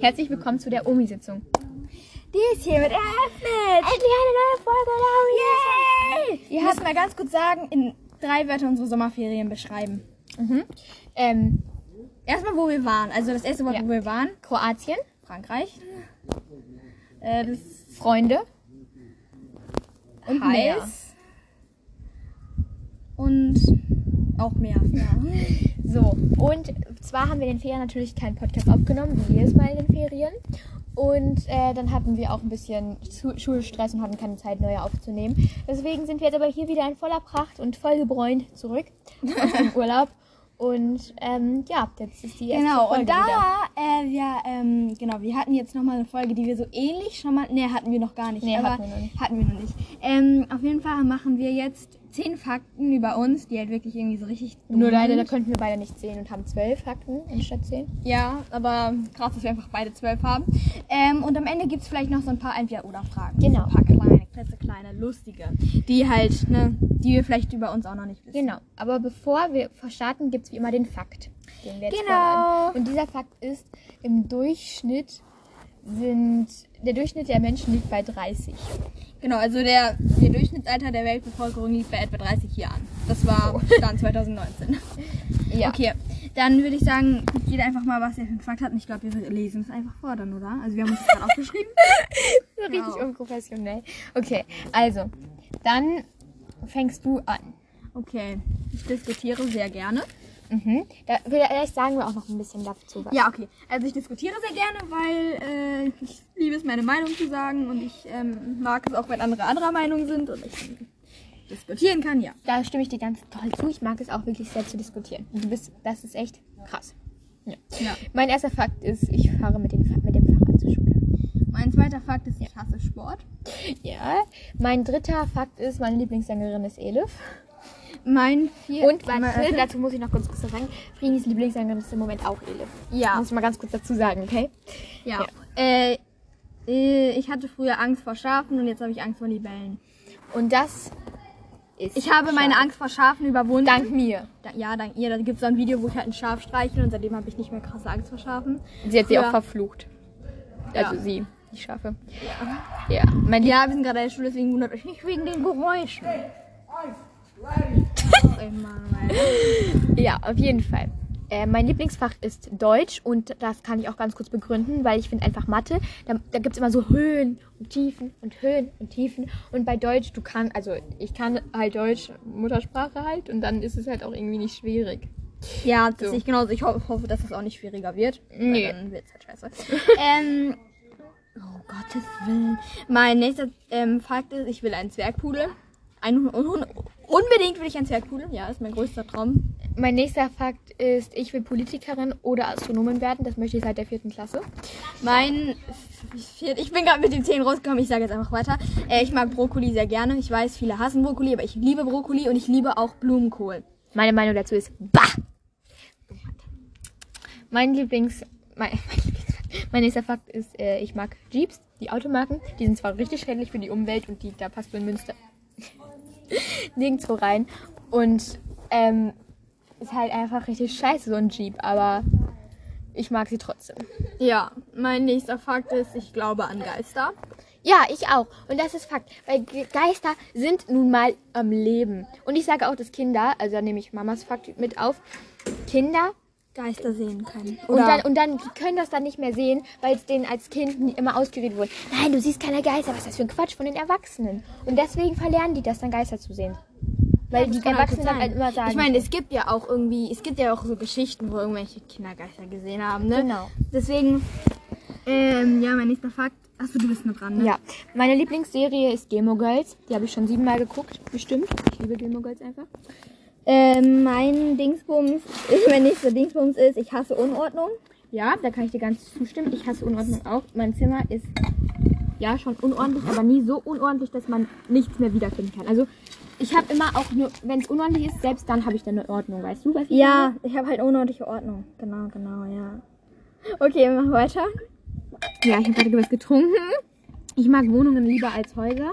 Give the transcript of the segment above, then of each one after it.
Herzlich willkommen zu der OMI-Sitzung. Die ist hiermit eröffnet. Endlich eine neue Folge der Yay! Ihr müsst mal ganz gut sagen, in drei Wörtern unsere Sommerferien beschreiben. Mhm. Ähm, erstmal, wo wir waren. Also das erste Wort, Ja. wo wir waren, Kroatien, Frankreich. Äh, das Freunde, und Heiß. Meer. Und auch Meer. Ja. So, und zwar haben wir in den Ferien natürlich keinen Podcast aufgenommen, wie jedes Mal in den Ferien. Und äh, dann hatten wir auch ein bisschen Schu- Schulstress und hatten keine Zeit, neue aufzunehmen. Deswegen sind wir jetzt aber hier wieder in voller Pracht und voll gebräunt zurück aus dem Urlaub. Und ähm, ja, jetzt ist die erste Genau, Folge und wieder. da, äh, wir, ähm, genau, wir hatten jetzt nochmal eine Folge, die wir so ähnlich schon mal. Ne, hatten wir noch gar nicht. Nee, aber hatten wir noch nicht. Hatten wir noch nicht. Ähm, auf jeden Fall machen wir jetzt zehn Fakten über uns, die halt wirklich irgendwie so richtig. dumm Nur leider, da sind. könnten wir beide nicht sehen und haben zwölf Fakten anstatt zehn. Ja, aber krass, dass wir einfach beide zwölf haben. Ähm, und am Ende gibt es vielleicht noch so ein paar Entweder-Oder-Fragen. Genau. So ein paar kleine, klitzekleine, lustige. Die halt, ne, die wir vielleicht über uns auch noch nicht wissen. Genau, aber bevor wir starten, gibt es wie immer den Fakt, den wir jetzt Genau. vorladen. Und dieser Fakt ist, im Durchschnitt sind, der Durchschnitt der Menschen liegt bei 30. Genau, also der, der Durchschnittsalter der Weltbevölkerung liegt bei etwa 30 Jahren. Das war Stand 2019. Oh. Ja. Okay, dann würde ich sagen, guckt jeder einfach mal, was er für einen Fakt hat. Und ich glaube, wir lesen es einfach vor dann, oder? Also wir haben uns das gerade aufgeschrieben. Richtig Wow. unprofessionell. Okay, also, dann fängst du an. Okay, ich diskutiere sehr gerne. Mhm. Da, vielleicht sagen wir auch noch ein bisschen dazu was. Ja, okay. Also ich diskutiere sehr gerne, weil äh, ich liebe es, meine Meinung zu sagen. Und ich ähm, mag es auch, wenn andere anderer Meinung sind und ich diskutieren kann, ja. Da stimme ich dir ganz toll zu. Ich mag es auch wirklich sehr zu diskutieren. Und Du bist, das ist echt krass. Ja. ja. Mein erster Fakt ist, ich fahre mit, den, Fa- mit dem Fahrrad zur Schule. Mein zweiter Fakt ist, ich hasse Sport. Ja. Mein dritter Fakt ist, meine Lieblingssängerin ist Elif. Mein vier Und mein, warte, dazu muss ich noch ganz kurz was sagen. Frienis Lieblingssängerin ist im Moment auch Elif. ja. Muss ich mal ganz kurz dazu sagen, okay? Ja. Äh, äh, ich hatte früher Angst vor Schafen und jetzt habe ich Angst vor Libellen. Und das ist. Ich habe meine schade. Angst vor Schafen überwunden. Dank mir. Da, ja, dank ihr. Da gibt es so ein Video, wo ich halt ein Schaf streiche und seitdem habe ich nicht mehr krasse Angst vor Schafen. Sie hat sie Früher- auch verflucht. Also Ja. sie, die Schafe. Ja. Mein Ja, wir sind gerade in der Schule, deswegen wundert euch nicht wegen den Geräuschen. Ey, Manuel. ja, auf jeden Fall. Äh, mein Lieblingsfach ist Deutsch und das kann ich auch ganz kurz begründen, weil ich finde einfach Mathe, da, da gibt es immer so Höhen und Tiefen und Höhen und Tiefen. Und bei Deutsch, du kannst, also ich kann halt Deutsch, Muttersprache halt, und dann ist es halt auch irgendwie nicht schwierig. ja, das So. sehe ich genauso. Ich ho hoffe, dass das auch nicht schwieriger wird. weil Nee. Dann wird's halt scheiße. ähm, oh Gottes Willen. Mein nächster ähm, Fakt ist, ich will einen Zwergpudel. Ein, un, un, unbedingt will ich einen Zwergpudel. Ja, ist mein größter Traum. Mein nächster Fakt ist, ich will Politikerin oder Astronomin werden. Das möchte ich seit der vierten Klasse. Mein viert, ich bin gerade mit dem 10 rausgekommen, ich sage jetzt einfach weiter. Äh, ich mag Brokkoli sehr gerne. Ich weiß, viele hassen Brokkoli, aber ich liebe Brokkoli und ich liebe auch Blumenkohl. Meine Meinung dazu ist Bah! Mein Lieblings. Mein, mein, Lieblings mein nächster Fakt ist, äh, ich mag Jeeps, die Automarken. Die sind zwar richtig schädlich für die Umwelt und die, da passt du in Münster nirgendwo rein. Und ähm, ist halt einfach richtig scheiße, so ein Jeep, aber ich mag sie trotzdem. Ja, mein nächster Fakt ist, ich glaube an Geister. Ja, ich auch. Und das ist Fakt. Weil Ge- Geister sind nun mal am Leben. Und ich sage auch, dass Kinder, also da nehme ich Mamas Fakt mit auf, Kinder Geister sehen können. Und dann, und dann die können das dann nicht mehr sehen, weil es denen als Kind nie- immer ausgeredet wurde. Nein, du siehst keine Geister. Was ist das für ein Quatsch von den Erwachsenen? Und deswegen verlernen die das dann, Geister zu sehen. Weil die Erwachsenen dann halt immer sagen. Ich meine, es gibt ja auch irgendwie, es gibt ja auch so Geschichten, wo irgendwelche Kinder Geister gesehen haben, ne? Genau. Deswegen, ähm, ja, mein nächster Fakt. Achso, du bist noch dran, ne? ja. Meine Lieblingsserie ist Gilmore Girls. Die habe ich schon siebenmal geguckt, bestimmt. Ich liebe Gilmore Girls einfach. Ähm, mein Dingsbums, mein nächster Dingsbums ist, ich hasse Unordnung. Ja, da kann ich dir ganz zustimmen. Ich hasse Unordnung auch. Mein Zimmer ist ja schon unordentlich, aber nie so unordentlich, dass man nichts mehr wiederfinden kann. Also ich habe immer auch nur, wenn es unordentlich ist, selbst dann habe ich dann eine Ordnung, weißt du? Was ich Ja, ich habe halt unordentliche Ordnung. Genau, genau, ja. Okay, mach weiter. Ja, ich habe gerade was getrunken. Ich mag Wohnungen lieber als Häuser.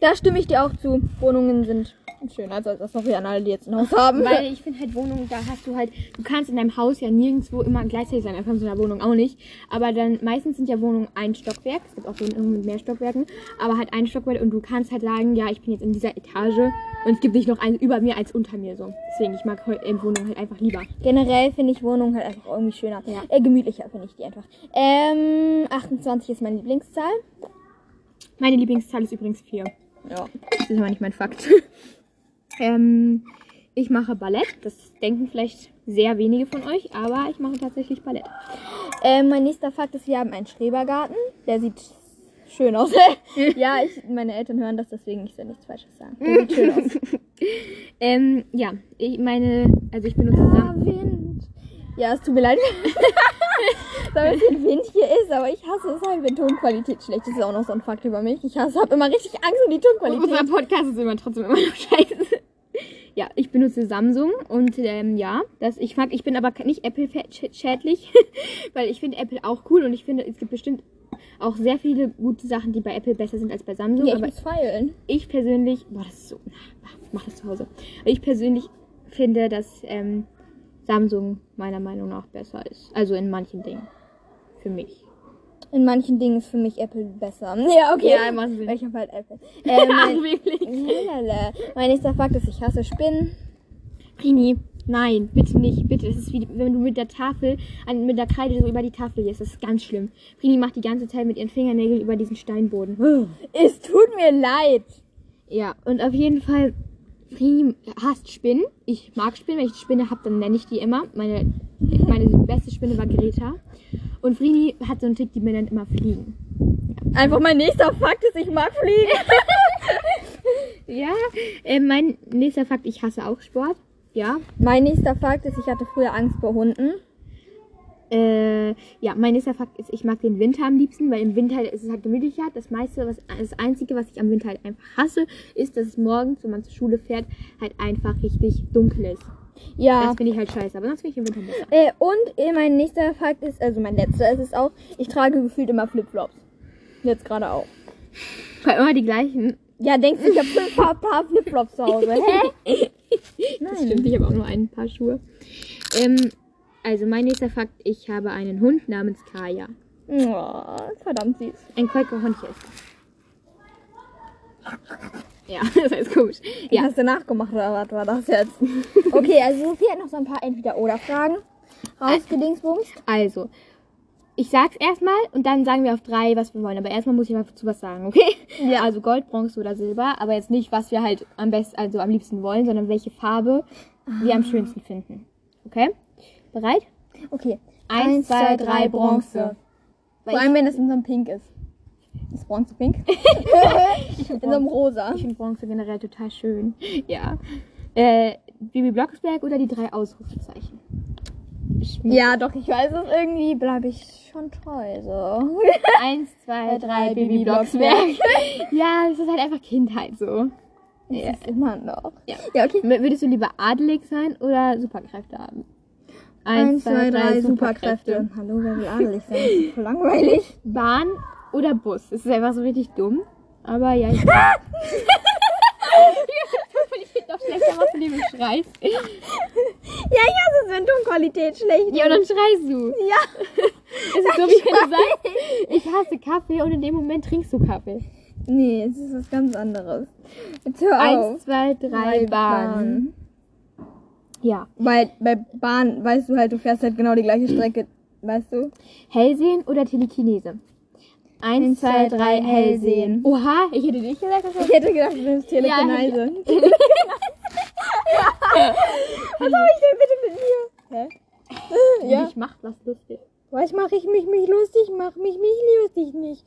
Da stimme ich dir auch zu. Wohnungen sind Schöner als das, was wir an alle, die jetzt ein Haus haben. Weil ich finde halt Wohnungen, da hast du halt, du kannst in deinem Haus ja nirgendwo immer gleichzeitig sein, einfach in so einer Wohnung auch nicht. Aber dann meistens sind ja Wohnungen ein Stockwerk, es gibt auch Wohnungen mit mehr Stockwerken, aber halt ein Stockwerk und du kannst halt sagen, ja, ich bin jetzt in dieser Etage und es gibt nicht noch eins über mir als unter mir so. Deswegen, ich mag heu- äh, Wohnungen halt einfach lieber. Generell finde ich Wohnungen halt einfach irgendwie schöner. Ja. Äh, gemütlicher finde ich die einfach. Ähm, 28 ist meine Lieblingszahl. Meine Lieblingszahl ist übrigens 4. Ja. Das ist aber nicht mein Fakt. ähm, ich mache Ballett, das denken vielleicht sehr wenige von euch, aber ich mache tatsächlich Ballett. Ähm, mein nächster Fakt ist, wir haben einen Schrebergarten. Der sieht schön aus. ja, ich, meine Eltern hören das, deswegen ich soll nichts Falsches sagen. Der sieht schön aus. Ähm, ja, ich meine, also ich benutze Ah, Sam Wind. Ja, es tut mir leid, weil es ein Wind hier ist, aber ich hasse es halt, wenn Tonqualität schlecht ist. Das ist auch noch so ein Fakt über mich. Ich hasse, habe immer richtig Angst um die Tonqualität. Unser Podcast ist immer trotzdem immer noch scheiße. Ja, ich benutze Samsung und ähm, ja, das, ich mag, ich bin aber nicht Apple-schädlich, weil ich finde Apple auch cool und ich finde, es gibt bestimmt auch sehr viele gute Sachen, die bei Apple besser sind als bei Samsung. Ja, ich aber muss feilen. ich persönlich, boah, das ist so, na, mach das zu Hause. Ich persönlich finde, dass ähm, Samsung meiner Meinung nach besser ist. Also in manchen Dingen. Für mich. In manchen Dingen ist für mich Apple besser. Ja, okay. Ja, macht Sinn. Weil ich habe halt Apple. Äh, Ach, mein, wirklich? Lalala. mein nächster Fakt ist, ich hasse Spinnen. Rini, nein, bitte nicht, bitte. Das ist wie, wenn du mit der Tafel, an, mit der Kreide so über die Tafel gehst. Das ist ganz schlimm. Rini macht die ganze Zeit mit ihren Fingernägeln über diesen Steinboden. Es tut mir leid. Ja, und auf jeden Fall, Rini hasst Spinnen. Ich mag Spinnen. Wenn ich eine Spinne habe, dann nenne ich die immer. Meine, meine beste Spinne war Greta. Und Rini hat so einen Tick, die mir dann immer fliegen. Einfach mein nächster Fakt ist, ich mag fliegen. Ja, äh, mein nächster Fakt, ich hasse auch Sport. Ja, Mein nächster Fakt ist, ich hatte früher Angst vor Hunden. Äh, ja, mein nächster Fakt ist, ich mag den Winter am liebsten, weil im Winter ist es halt gemütlicher. Das meiste, was, das Einzige, was ich am Winter halt einfach hasse, ist, dass es morgens, wenn man zur Schule fährt, halt einfach richtig dunkel ist. Ja. Das finde ich halt scheiße, aber sonst finde ich den Winter besser. Äh, und äh, mein nächster Fakt ist, also mein letzter ist es auch, ich trage gefühlt immer Flipflops. Jetzt gerade auch. Weil immer die gleichen. Ja, denkst du, ich habe fünf paar, paar Flipflops zu Hause. Hä? Das stimmt, ich habe auch nur ein paar Schuhe. Ähm, also mein nächster Fakt, ich habe einen Hund namens Kaya. Oh, verdammt süß. Ein Quaker Hondchen ist das. Ja, das heißt komisch. Ja, Hast du nachgemacht oder was war das jetzt? okay, also Sophie hat noch so ein paar Entweder-Oder-Fragen rausgedingsbums. Also, ich sag's erstmal und dann sagen wir auf drei, was wir wollen. Aber erstmal muss ich mal zu was sagen, okay? Ja. Also Gold, Bronze oder Silber, aber jetzt nicht, was wir halt am besten, also am liebsten wollen, sondern welche Farbe wir am schönsten finden. Okay? Bereit? Okay. Eins, zwei, drei, Bronze. Vor allem, wenn das in so einem Pink ist. Ist Bronze pink? in so einem rosa. Ich finde Bronze generell total schön. Ja. Äh, Bibi Blocksberg oder die drei Ausrufezeichen? Ich Ja, doch, ich weiß es irgendwie, bleibe ich schon treu, so. Eins, Bei zwei, drei, Bibi Blocksberg. ja, das ist halt einfach Kindheit so. Ja. Ist immer noch. Ja. okay. M- Würdest du lieber adelig sein oder Superkräfte haben? Eins, zwei, drei, Superkräfte. Hallo, wer will adelig sein? Das ist so langweilig. Bahn oder Bus? Es ist einfach so richtig dumm. Aber ja, ich. ich bin doch schlechter, was du lieber schreist. Ja, ja, so sind Tonqualität schlecht. Ja, und dann schreist du. Ja. Es ist so, wie wenn du sagst, ich hasse Kaffee und in dem Moment trinkst du Kaffee. Nee, es ist was ganz anderes. Jetzt hör auf. Eins, zwei, drei, Drei Bahn. Ja. Weil bei Bahn, weißt du halt, du fährst halt genau die gleiche Strecke, weißt du? Hellsehen oder Telekinese? Eins, zwei, drei, Hellsehen. Oha, ich hätte nicht gesagt, dass Ich hätte gedacht, du nimmst Telekinese. Ja, Was habe ich denn bitte mit mir? Hä? Ja. ich macht was lustig. Was mache ich mich mich lustig? Mach mich mich lustig nicht.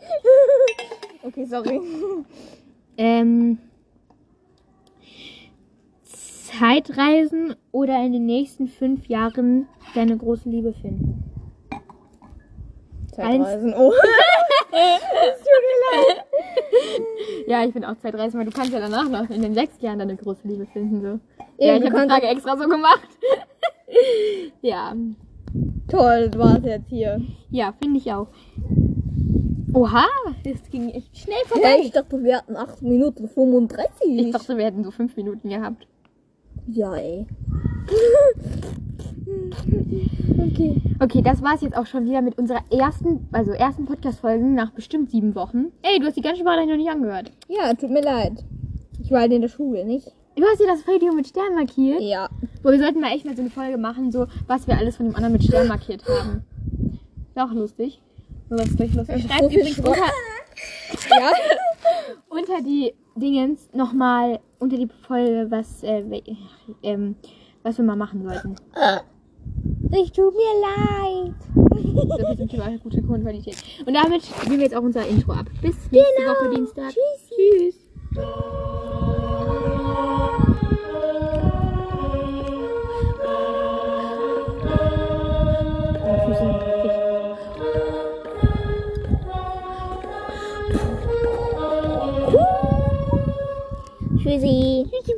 okay, sorry. Ähm, Zeitreisen oder in den nächsten fünf Jahren deine große Liebe finden. Zeitreisen. Oh. Ja, ich finde auch Zeitreisen, weil du kannst ja danach noch in den sechs Jahren deine große Liebe finden. So. Ja, Ja, du ich habe die kannst- Frage extra so gemacht. ja, Toll, das war's jetzt hier. ja, finde ich auch. Oha, das ging echt schnell vorbei. Hey, ich dachte, wir hatten 8 Minuten 35. Ich dachte, wir hätten so fünf Minuten gehabt. ja, ey. Okay, das war's jetzt auch schon wieder mit unserer ersten, also ersten Podcast-Folge nach bestimmt sieben Wochen. Ey, du hast die ganze Sprache noch nicht angehört. Ja, tut mir leid. Ich war halt in der Schule, nicht? Du hast dir das Video mit Stern markiert. Ja. Boah, wir sollten mal echt mal so eine Folge machen, so was wir alles von dem anderen mit Stern markiert haben. Ist auch lustig. Lustig, lustig. Schreibt übrigens unter, Ja? unter die Dingens nochmal, unter die Folge, was, äh, we- ähm, was wir mal machen sollten. Ich tut mir leid. Das ist bestimmt immer gute Qualität. Und damit geben wir jetzt auch unser Intro ab. Bis nächste Genau. Woche Dienstag. Tschüss. Tschüss. Tschüssi.